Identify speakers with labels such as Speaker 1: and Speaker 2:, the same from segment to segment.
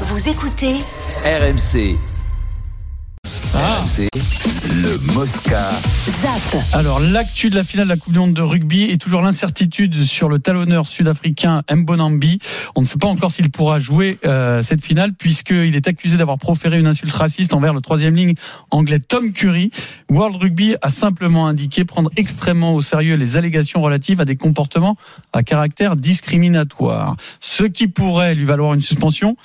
Speaker 1: Vous écoutez
Speaker 2: RMC. RMC. Le Mosca.
Speaker 1: ZAP.
Speaker 3: Alors, l'actu de la finale de la Coupe du Monde de rugby est toujours l'incertitude sur le talonneur sud-africain Mbonambi. On ne sait pas encore s'il pourra jouer euh, cette finale, puisqu'il est accusé d'avoir proféré une insulte raciste envers le troisième ligne anglais Tom Curry. World Rugby a simplement indiqué prendre extrêmement au sérieux les allégations relatives à des comportements à caractère discriminatoire. Ce qui pourrait lui valoir une suspension,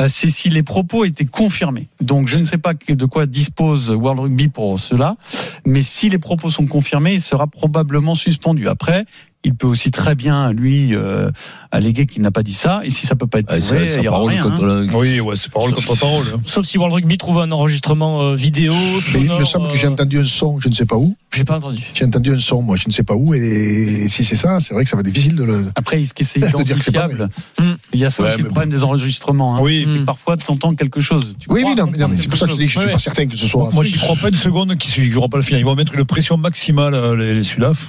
Speaker 3: euh, c'est si les propos étaient confirmés. Donc, je ne sais pas de quoi dispose World Rugby pour cela. Mais si les propos sont confirmés, il sera probablement suspendu. Après, il peut aussi très bien, lui, euh, alléguer qu'il n'a pas dit ça. Et si ça peut pas être
Speaker 2: Ah,
Speaker 3: prouvé,
Speaker 2: ça- ça
Speaker 3: il y aura
Speaker 2: parole
Speaker 3: rien.
Speaker 2: contre
Speaker 3: hein.
Speaker 2: la-
Speaker 4: Oui, ouais, c'est parole contre parole. hein.
Speaker 5: Sauf si World Rugby trouve un enregistrement euh, vidéo,
Speaker 6: Mais il
Speaker 5: sonore.
Speaker 6: me semble que j'ai
Speaker 5: euh,
Speaker 6: entendu un son, je ne sais pas où.
Speaker 5: j'ai pas entendu.
Speaker 6: J'ai entendu un son, moi, je ne sais pas où. Et si c'est ça, c'est vrai que ça va être difficile de le.
Speaker 3: Après, est-ce que c'est
Speaker 6: Je veux dire que c'est pas
Speaker 3: identifiable
Speaker 5: vrai.
Speaker 3: Il y a ça
Speaker 2: Ouais,
Speaker 3: aussi
Speaker 2: mais
Speaker 3: le problème des enregistrements. hein.
Speaker 4: Oui.
Speaker 3: Et Parfois, tu entends quelque chose. Tu
Speaker 6: Oui,
Speaker 3: crois
Speaker 6: oui, non, mais,
Speaker 3: entendre
Speaker 6: non, mais c'est pour ça que je dis que je ne suis
Speaker 4: Ouais,
Speaker 6: pas certain que ce soit.
Speaker 4: Moi, j'y crois pas une seconde qu'ils ne joueront pas le final. Ils vont mettre une pression maximale, euh, les, les Sudaf.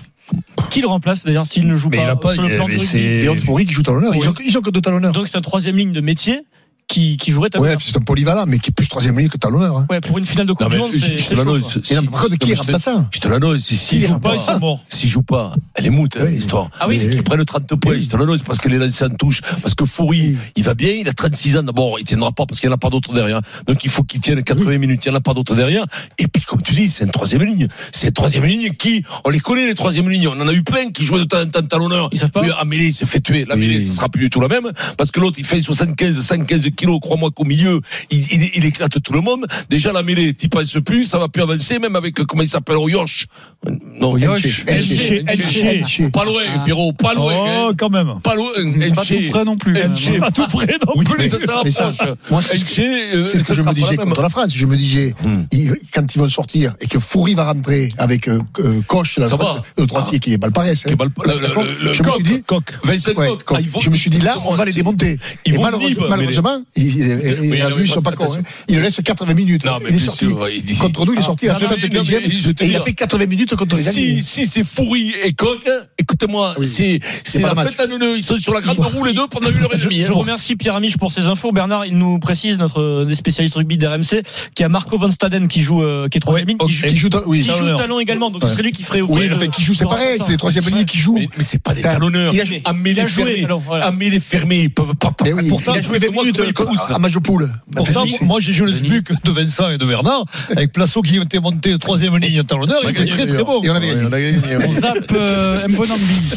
Speaker 5: Qui le remplace d'ailleurs s'il ne joue
Speaker 4: Mais
Speaker 5: pas, euh,
Speaker 4: il a pas.
Speaker 5: Bah, sur le
Speaker 4: eh,
Speaker 5: plan de
Speaker 4: mais
Speaker 5: rugby
Speaker 6: Et on
Speaker 4: c'est-
Speaker 6: pourri qui joue hein. talonneur. Ils
Speaker 5: Ouais.
Speaker 6: ont, ils ont que deux talonneurs.
Speaker 5: Donc c'est un troisième ligne de métier qui, qui jouerait à
Speaker 6: Ouais, c'est un polyvalent, mais qui est plus troisième ligne que talonneur. Hein.
Speaker 5: Ouais, pour une finale de Coupe
Speaker 2: Non,
Speaker 5: du
Speaker 2: mais
Speaker 5: Monde,
Speaker 2: je-
Speaker 5: c'est
Speaker 2: je te
Speaker 5: c'est chaud. hein.
Speaker 2: l'annonce.
Speaker 5: quoi.
Speaker 2: Si-
Speaker 6: Et non,
Speaker 2: si-
Speaker 6: mais contre qui
Speaker 2: je
Speaker 6: est
Speaker 2: te-
Speaker 6: remplaçant Ah,
Speaker 2: Je te l'annonce. Si, si,
Speaker 6: Il
Speaker 2: je
Speaker 6: est
Speaker 2: joue
Speaker 4: Pas, ils
Speaker 2: pas,
Speaker 4: sont morts.
Speaker 2: s'il joue pas, elle est moute, hein,
Speaker 6: Oui.
Speaker 2: l'histoire.
Speaker 5: Ah oui,
Speaker 2: Parce
Speaker 6: oui.
Speaker 2: qu'ils prennent 30 points, je te l'annonce, parce que les lancers en touche. Parce que Foury, il va bien, il a 36 ans d'abord, il tiendra pas parce qu'il n'y en a pas d'autre derrière. Donc il faut qu'il tienne 80 minutes, il n'y en a pas d'autre derrière. Et puis, comme tu dis, c'est une troisième ligne. C'est une troisième ligne qui, on les connaît, les troisième lignes. On en a eu plein qui jouaient de temps en temps talonneur.
Speaker 5: Ils savent pas.
Speaker 2: Oui, en mêlée, il s'est fait tuer. La mêlée, ce sera plus du tout la même. Parce que l'autre, il fait 75, 115 kilos, crois-moi qu'au milieu, il, il- il éclate tout le monde. Déjà, la mêlée, t'y penses plus, ça va plus avancer, même avec, euh, comment il s'appelle, Oyosh. Euh, Non,
Speaker 3: Oyosh.
Speaker 2: Elche,
Speaker 4: Elche,
Speaker 2: Elche.
Speaker 4: Elche.
Speaker 2: Pas loin,
Speaker 6: Ah.
Speaker 2: Pierrot, pas loin.
Speaker 4: Oh,
Speaker 2: hein.
Speaker 4: quand même.
Speaker 2: Pas loin,
Speaker 3: Pas tout
Speaker 2: Elche.
Speaker 3: près non plus.
Speaker 6: hein.
Speaker 3: hein.
Speaker 2: Elche,
Speaker 4: Pas tout près non
Speaker 2: Oui,
Speaker 4: plus.
Speaker 2: mais ça
Speaker 6: mais ça,
Speaker 2: s'approche.
Speaker 6: moi, c'est ce
Speaker 2: Elche, euh,
Speaker 6: C'est ce que
Speaker 2: ça
Speaker 6: je
Speaker 2: sera
Speaker 6: me
Speaker 2: pas la
Speaker 6: disais
Speaker 2: même.
Speaker 6: contre la France. Je me disais,
Speaker 2: Hmm.
Speaker 6: ils- quand ils vont sortir et que Foury va rentrer avec euh, euh, Koch, là,
Speaker 2: Ça
Speaker 6: le
Speaker 2: va. Ah.
Speaker 6: droitier- le droitier qui est Balparès. hein.
Speaker 2: Qui est Balpa- le- le-
Speaker 6: D'accord
Speaker 2: le- le
Speaker 6: Je me
Speaker 2: Koch.
Speaker 6: suis dit,
Speaker 4: Coq.
Speaker 2: Vincent
Speaker 6: Ouais,
Speaker 2: Koch,
Speaker 6: comme-
Speaker 2: ah, ils vont-
Speaker 6: je me suis dit là, on va les
Speaker 2: c'est-
Speaker 6: démonter.
Speaker 2: Ils
Speaker 6: et
Speaker 2: vont
Speaker 6: malheureusement,
Speaker 2: libre, mais
Speaker 6: malheureusement, ils- ils- ils-
Speaker 2: mais
Speaker 6: les Rasmus
Speaker 2: parce-
Speaker 6: sont pas cons.
Speaker 2: attention.
Speaker 6: hein. Il le laisse 80 minutes.
Speaker 2: Non, mais
Speaker 6: il est
Speaker 2: bien
Speaker 6: sorti.
Speaker 2: sûr, ouais, il-
Speaker 6: Contre nous, il est
Speaker 2: Ah,
Speaker 6: sorti à
Speaker 2: non,
Speaker 6: la
Speaker 2: mais- non,
Speaker 6: 75e.
Speaker 2: mais je te
Speaker 6: Et il a
Speaker 2: dire.
Speaker 6: fait 80 minutes contre les
Speaker 2: Si,
Speaker 6: Anglais.
Speaker 2: si c'est Fouri et Coq, hein, écoutez-moi, c'est c'est
Speaker 6: pas
Speaker 2: la
Speaker 6: le match.
Speaker 2: fête à nous Ils sont sur la grande roue les deux pendant une heure et
Speaker 5: Je,
Speaker 2: demie.
Speaker 5: je
Speaker 2: hein.
Speaker 5: remercie Pierre Amiche pour ces infos. Bernard, il nous précise, notre euh, spécialiste rugby d'RMC, qu'il y a Marco Van Staden qui joue, euh, qui est troisième ligne, qui joue,
Speaker 6: Qui joue ta-
Speaker 5: qui
Speaker 6: oui.
Speaker 5: joue
Speaker 4: talonneur.
Speaker 5: talon également. Donc ce serait lui qui ferait
Speaker 6: Oui,
Speaker 5: ouvrir
Speaker 6: mais
Speaker 5: le-
Speaker 6: qui joue, c'est
Speaker 5: le
Speaker 6: pareil.
Speaker 5: remplaçant.
Speaker 6: C'est les troisièmes lignés qui jouent.
Speaker 2: Mais, mais c'est pas des
Speaker 6: Putain,
Speaker 2: talonneurs.
Speaker 6: il a joué.
Speaker 2: Amenez
Speaker 5: Il a
Speaker 2: les
Speaker 5: joué,
Speaker 2: fermés.
Speaker 5: alors, voilà.
Speaker 2: Amenez les fermés. Ils peuvent pas.
Speaker 6: Mais Eh oui,
Speaker 2: Pourtant,
Speaker 6: il a joué 20
Speaker 2: écoutez-moi
Speaker 6: minutes
Speaker 2: comment ils
Speaker 6: contre-
Speaker 2: poussent.
Speaker 6: à Majopoul.
Speaker 5: Bah,
Speaker 4: Pourtant, moi j'ai joué le SBUC de Vincent et de Bernard avec Plasso qui était monté troisième ligne talonneur.
Speaker 5: Bah,
Speaker 4: Il était très très bon.
Speaker 6: Et on avait gagné.
Speaker 3: On zappe euh, Mbonambi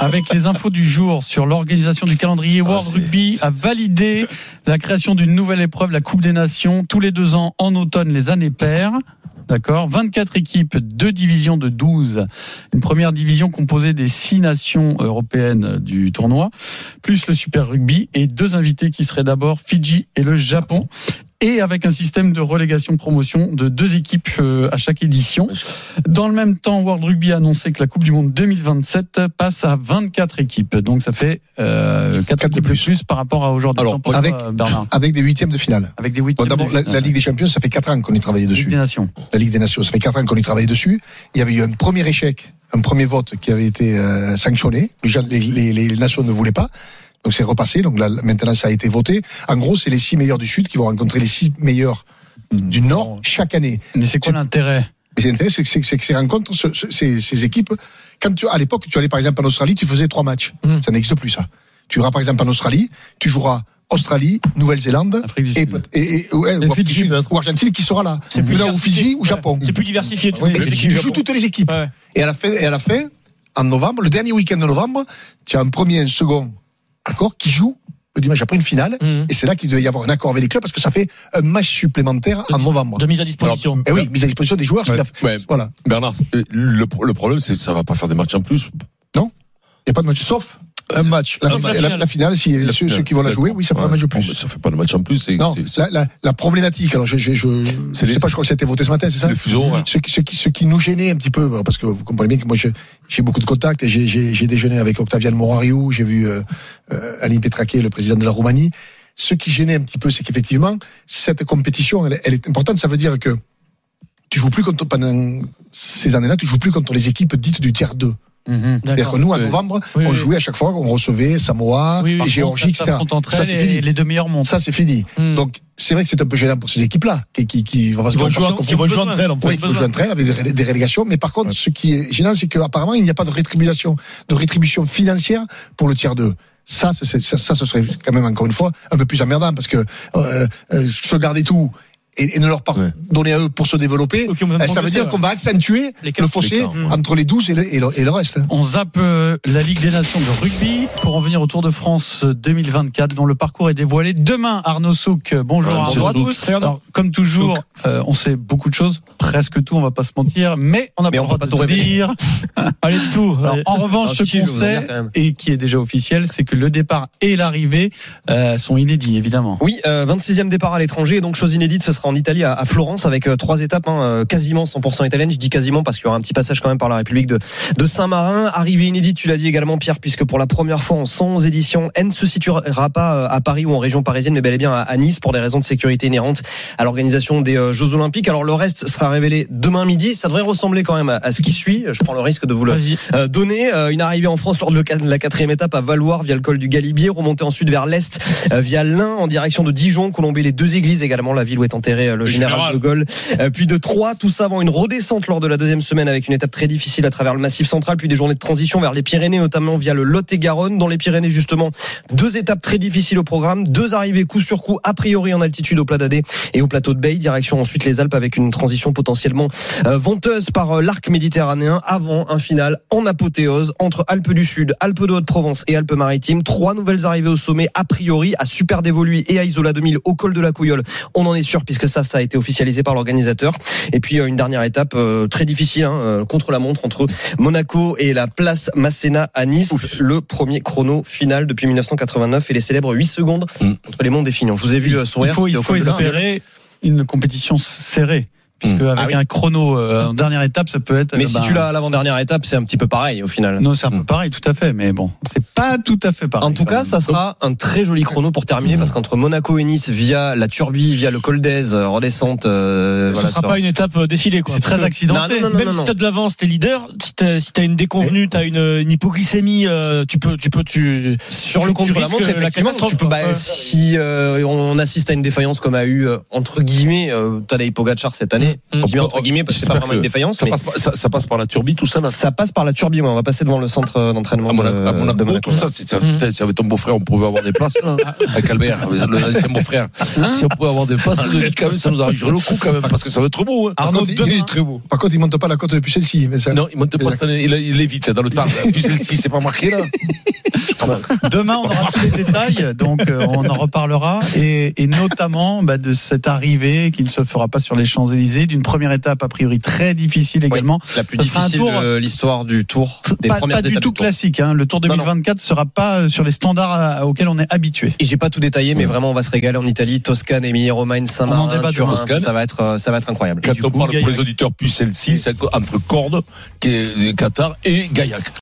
Speaker 3: avec les infos du jour sur l'organisation du calendrier
Speaker 6: Ah,
Speaker 3: World Rugby a validé la création d'une nouvelle épreuve, la Coupe des Nations, tous les deux ans en automne, les années paires. D'accord 24 équipes, deux divisions de 12. Une première division composée des six nations européennes du tournoi, plus le Super Rugby et deux invités qui seraient d'abord Fidji et le Japon. Et avec un système de relégation-promotion de deux équipes euh, à chaque édition. Dans le même temps, World Rugby a annoncé que la Coupe du Monde 2027 passe à 24 équipes. Donc ça fait euh, 4
Speaker 6: Quatre de
Speaker 3: équipes de plus. par rapport à aujourd'hui.
Speaker 2: Alors,
Speaker 3: T'en penses
Speaker 6: avec-
Speaker 3: quoi, Euh, Bernard,
Speaker 6: Avec des huitièmes de finale.
Speaker 3: avec des
Speaker 6: Bon,
Speaker 3: huitièmes
Speaker 6: d'abord,
Speaker 3: de
Speaker 6: la,
Speaker 3: finale.
Speaker 6: la Ligue des Champions, ça fait 4 ans qu'on y travaillait
Speaker 3: Ligue
Speaker 6: dessus.
Speaker 3: des Nations.
Speaker 6: la Ligue des Nations. Ça fait quatre ans qu'on y travaille dessus. Il y avait eu un premier échec, un premier vote qui avait été euh, sanctionné. Les, gens- les, les- les nations ne voulaient pas. Donc c'est repassé. Donc là, maintenant, ça a été voté. En gros, c'est les six meilleurs du Sud qui vont rencontrer les six meilleurs
Speaker 3: Hmm.
Speaker 6: du Nord chaque année.
Speaker 3: Mais c'est quoi
Speaker 6: C'est-
Speaker 3: l'intérêt
Speaker 6: Mais c'est intéressant, c'est que- c'est que, c'est que ces rencontres, ce- ce- ces, ces équipes, quand tu, à l'époque, tu allais par exemple en Australie, tu faisais trois matchs.
Speaker 3: Hmm.
Speaker 5: Mm.
Speaker 6: Ça n'existe plus, ça. Tu iras par exemple en Australie, tu joueras Australie, Nouvelle-Zélande,
Speaker 3: Afrique du
Speaker 6: et,
Speaker 3: Sud.
Speaker 6: et- et- ouais,
Speaker 4: Et
Speaker 6: ou,
Speaker 4: Fidji,
Speaker 6: Fidji,
Speaker 4: peut-être.
Speaker 6: ou Argentine qui sera là.
Speaker 5: C'est plus
Speaker 6: Ou là, ou
Speaker 5: diversifié.
Speaker 6: Fidji ou
Speaker 5: Ouais.
Speaker 6: Japon.
Speaker 5: C'est plus diversifié, tu vois.
Speaker 6: Et tu joues toutes les équipes.
Speaker 5: Ouais.
Speaker 6: Et à la fin, et à la fin, en novembre, le dernier week-end de novembre, tu as un premier et un second accord qui joue le dimanche après une finale.
Speaker 5: Mhm.
Speaker 6: Et c'est là qu'il doit y avoir un accord avec les clubs parce que ça fait un match supplémentaire en novembre.
Speaker 5: De mise à disposition.
Speaker 6: Et oui, mise à disposition des joueurs.
Speaker 4: Ouais,
Speaker 6: Il
Speaker 2: ouais.
Speaker 6: Voilà.
Speaker 2: Bernard, euh, le, le problème, c'est que ça va pas faire des matchs en plus.
Speaker 6: Il n'y a pas de match. Sauf
Speaker 4: Un match.
Speaker 6: la,
Speaker 5: Sauf la
Speaker 6: la-
Speaker 5: finale.
Speaker 6: la finale, si
Speaker 2: La
Speaker 6: ceux,
Speaker 2: finale.
Speaker 6: ceux qui vont la jouer, oui, ça fera
Speaker 2: Ouais.
Speaker 6: un match de
Speaker 2: Mais
Speaker 6: plus.
Speaker 2: Ça fait pas de match en plus. c'est-
Speaker 6: Non,
Speaker 2: c'est-
Speaker 6: la, la- la problématique, alors je, je, je, je
Speaker 2: C'est les-
Speaker 6: sais pas, je crois que c'était voté ce matin, c'est
Speaker 2: C'est
Speaker 6: ça
Speaker 2: le fuseau horaire.
Speaker 6: ce qui, ce, qui, ce qui nous gênait un petit peu, bon, parce que vous comprenez bien que moi je- j'ai beaucoup de contacts, et j'ai- j'ai j'ai déjeuné avec Octavian Morariou, j'ai vu euh, euh, Alain Petraquet, le président de la Roumanie. Ce qui gênait un petit peu, c'est qu'effectivement, cette compétition, elle, elle est importante. Ça veut dire que tu joues plus contre, pendant ces années-là, tu joues plus contre les équipes dites du tiers 2.
Speaker 3: Mhm,
Speaker 6: C'est-à-dire
Speaker 3: d'accord.
Speaker 6: que nous, en novembre,
Speaker 3: Oui,
Speaker 6: on
Speaker 3: oui.
Speaker 6: jouait à chaque fois, on recevait Samoa,
Speaker 3: Oui, oui, par
Speaker 6: Géorgie,
Speaker 3: contre, ça
Speaker 6: etc.
Speaker 3: s'affronte entre
Speaker 6: Ça,
Speaker 3: elles
Speaker 6: c'est
Speaker 3: et
Speaker 6: fini.
Speaker 3: les demi-heures montent.
Speaker 6: Ça, c'est fini.
Speaker 5: Hmm.
Speaker 6: Donc, c'est vrai que c'est un peu gênant pour ces équipes-là, qui, qui, qui vont
Speaker 4: Ils vont jouer,
Speaker 5: Attention,
Speaker 4: ils vont jouer
Speaker 5: besoin.
Speaker 4: entre elles, en fait.
Speaker 6: oui, qui jouent entre elles avec des, ré- des rélégations. Mais par contre, ce qui est gênant, c'est qu'apparemment, il n'y a pas de rétribution, de rétribution financière pour le tiers 2. Ça, c'est- ça, ça, ce serait quand même, encore une fois, un peu plus emmerdant parce que euh, euh, se garder tout et, et ne leur pas
Speaker 2: Ouais.
Speaker 6: donner à eux pour se développer,
Speaker 5: Ok, on va
Speaker 6: eh, ça veut
Speaker 5: progresser,
Speaker 6: dire
Speaker 5: ouais.
Speaker 6: qu'on va accentuer
Speaker 5: L'écart,
Speaker 6: le fossé
Speaker 2: l'écart, ouais.
Speaker 6: entre les 12 et le, et le- et le reste.
Speaker 3: On zappe euh, la Ligue des Nations de rugby pour en venir au Tour de France euh, 2024 dont le parcours est dévoilé demain. Arnaud Souk, euh, bonjour
Speaker 2: Bonjour
Speaker 3: Arnaud.
Speaker 2: à tous.
Speaker 3: Alors, comme toujours, euh, on sait beaucoup de choses, presque tout, on va pas se mentir, mais on n'a pas
Speaker 2: Mais
Speaker 3: le
Speaker 2: on
Speaker 3: droit
Speaker 2: va pas
Speaker 3: de
Speaker 2: tout
Speaker 3: tout
Speaker 2: révéler.
Speaker 3: dire.
Speaker 5: Allez, de tout.
Speaker 3: Alors,
Speaker 5: Allez.
Speaker 3: en revanche,
Speaker 1: Ah,
Speaker 3: ce
Speaker 1: si,
Speaker 3: qu'on
Speaker 1: je vais vous en
Speaker 3: sait
Speaker 1: dire quand même.
Speaker 3: et qui est déjà officiel, c'est que le départ et l'arrivée euh, sont inédits, évidemment.
Speaker 1: Oui, euh, 26e départ à l'étranger. Et donc, chose inédite, ce sera en Italie, à, à Florence, avec euh, trois étapes, hein, euh, quasiment 100% italienne. Je dis quasiment parce qu'il y aura un petit passage quand même par la République de, de Saint-Marin. Arrivée inédite, tu l'as dit également, Pierre, puisque pour la première fois en 111 éditions, N se situera pas euh, à Paris ou en région parisienne, mais bel et bien à, à Nice pour des raisons de sécurité inhérentes à l'organisation des euh, Jeux Olympiques. Alors, le reste sera révélé demain midi. Ça devrait ressembler quand même à, à ce qui suit. Je prends le risque de vous le,
Speaker 5: Vas-y.
Speaker 1: euh, donné euh, une arrivée en France lors de le quat- la quatrième étape à Valoir via le col du Galibier, remontée ensuite vers l'est euh, via l'Ain en direction de Dijon, Colombey, les deux églises également, la ville où est enterré euh, le général,
Speaker 2: général.
Speaker 1: de Gaulle, Euh, puis de Troyes, tout ça avant une redescente lors de la deuxième semaine avec une étape très difficile à travers le massif central, puis des journées de transition vers les Pyrénées, notamment via le Lot-et-Garonne. Dans les Pyrénées justement, deux étapes très difficiles au programme, deux arrivées coup sur coup a priori en altitude au plat d'Adé et au plateau de Bay, direction ensuite les Alpes avec une transition potentiellement euh, venteuse par euh, l'arc méditerranéen avant un final en apothéose entre Alpes du Sud, Alpes de Haute-Provence et Alpes-Maritimes. Trois nouvelles arrivées au sommet a priori à Super Dévolu et à Isola 2000 au col de la Couillole. On en est sûr puisque ça, ça a été officialisé par l'organisateur. Et puis euh, une dernière étape euh, très difficile hein, euh, contre la montre entre Monaco et la place Masséna à Nice. Le premier chrono final depuis 1989 et les célèbres 8 secondes
Speaker 2: Mm.
Speaker 1: entre les mondes définis. Je vous ai vu euh, sourire.
Speaker 3: Hmm. Il faut, il
Speaker 1: c'était au
Speaker 3: faut
Speaker 1: col de la Couillole.
Speaker 3: espérer une compétition serrée, puisque
Speaker 1: Hmm.
Speaker 2: Mm.
Speaker 3: avec un chrono euh, en dernière étape, ça peut être.
Speaker 1: Ah Mais
Speaker 3: euh,
Speaker 1: si
Speaker 3: bah,
Speaker 1: tu l'as à l'avant-dernière étape, c'est un petit peu pareil au final.
Speaker 3: Non, c'est un peu
Speaker 2: Mm.
Speaker 3: pareil, tout à fait, mais bon, c'est pas tout à fait pareil.
Speaker 1: En tout
Speaker 3: quand
Speaker 1: cas,
Speaker 3: même.
Speaker 1: ça sera un très joli chrono pour terminer parce qu'entre Monaco et Nice, via la Turbie, via le Col d'Aise, euh, redescente. euh,
Speaker 5: Ce
Speaker 1: voilà,
Speaker 5: sera
Speaker 1: sur-
Speaker 5: pas une étape euh, défilée, quoi.
Speaker 3: C'est très accidenté.
Speaker 1: Non, non, non,
Speaker 5: Même si t'as de l'avance, t'es leader. Si t'as si t'as une
Speaker 4: Eh.
Speaker 5: déconvenue, t'as une, une hypoglycémie, euh, tu peux, tu peux, tu.
Speaker 1: Sur
Speaker 5: tu-
Speaker 1: le
Speaker 5: tu
Speaker 1: contre la montre,
Speaker 5: risques la
Speaker 1: effectivement,
Speaker 5: catastrophe,
Speaker 1: tu peux,
Speaker 5: quoi.
Speaker 1: bah,
Speaker 5: Ouais.
Speaker 1: si euh, on assiste à une défaillance comme a eu euh, entre guillemets euh, Tadej Pogacar cette année,
Speaker 5: Mm.
Speaker 1: Je dis bien entre guillemets parce que c'est pas
Speaker 2: J'espère
Speaker 1: vraiment une
Speaker 2: que
Speaker 1: défaillance,
Speaker 2: Ça
Speaker 1: mais
Speaker 2: passe, par- ça, ça passe par la turbie, tout ça. là.
Speaker 1: ça passe par la Turbie. ouais, on va passer devant le centre euh, d'entraînement
Speaker 2: À
Speaker 1: de,
Speaker 2: Ah, mon, à mon
Speaker 1: de
Speaker 2: amour,
Speaker 1: Monaco.
Speaker 2: tout ça, c'est, ça,
Speaker 5: Mm.
Speaker 2: putain, si avec ton beau-frère, on pouvait avoir des places, là, avec Albert, le- l'ancien beau-frère. Si on pouvait avoir des places, de lit, quand même, ça nous arriverait le coup, quand même, parce que ça va être beau, hein.
Speaker 6: Arnaud, il, il est très beau. Par contre, il monte pas la côte depuis celle-ci. Mais ça,
Speaker 2: Non, il monte pas cette année, il, il est vite, là, dans le tard. Puis celle-ci, c'est pas marqué, là.
Speaker 3: Demain, on aura tous les détails, donc euh, on en reparlera, et, et notamment bah, de cette arrivée qui ne se fera pas sur les Champs-Élysées, d'une première étape a priori très difficile également.
Speaker 1: La plus
Speaker 3: Ça sera un
Speaker 1: difficile
Speaker 3: tour-
Speaker 1: de l'histoire du tour, des
Speaker 3: Pas,
Speaker 1: premières
Speaker 3: pas du
Speaker 1: étapes
Speaker 3: tout
Speaker 1: tour.
Speaker 3: classique, hein. le Tour
Speaker 1: Non, non.
Speaker 3: 2024 sera pas euh, sur les standards euh, auxquels on est habitué.
Speaker 1: Et j'ai pas tout détaillé, mais vraiment, on va se régaler en Italie, Toscane,
Speaker 3: On
Speaker 1: Émilie-Romagne,
Speaker 3: en débat
Speaker 1: Saint-Marin, Turin.
Speaker 2: demain.
Speaker 1: Ça va être, euh, ça va être incroyable.
Speaker 2: Quand
Speaker 3: du
Speaker 2: on
Speaker 3: coup,
Speaker 2: parle pour
Speaker 3: Gaillac.
Speaker 2: les auditeurs, puis celle-ci, c'est entre Cordes, qui est euh, Qatar, et Gaillac.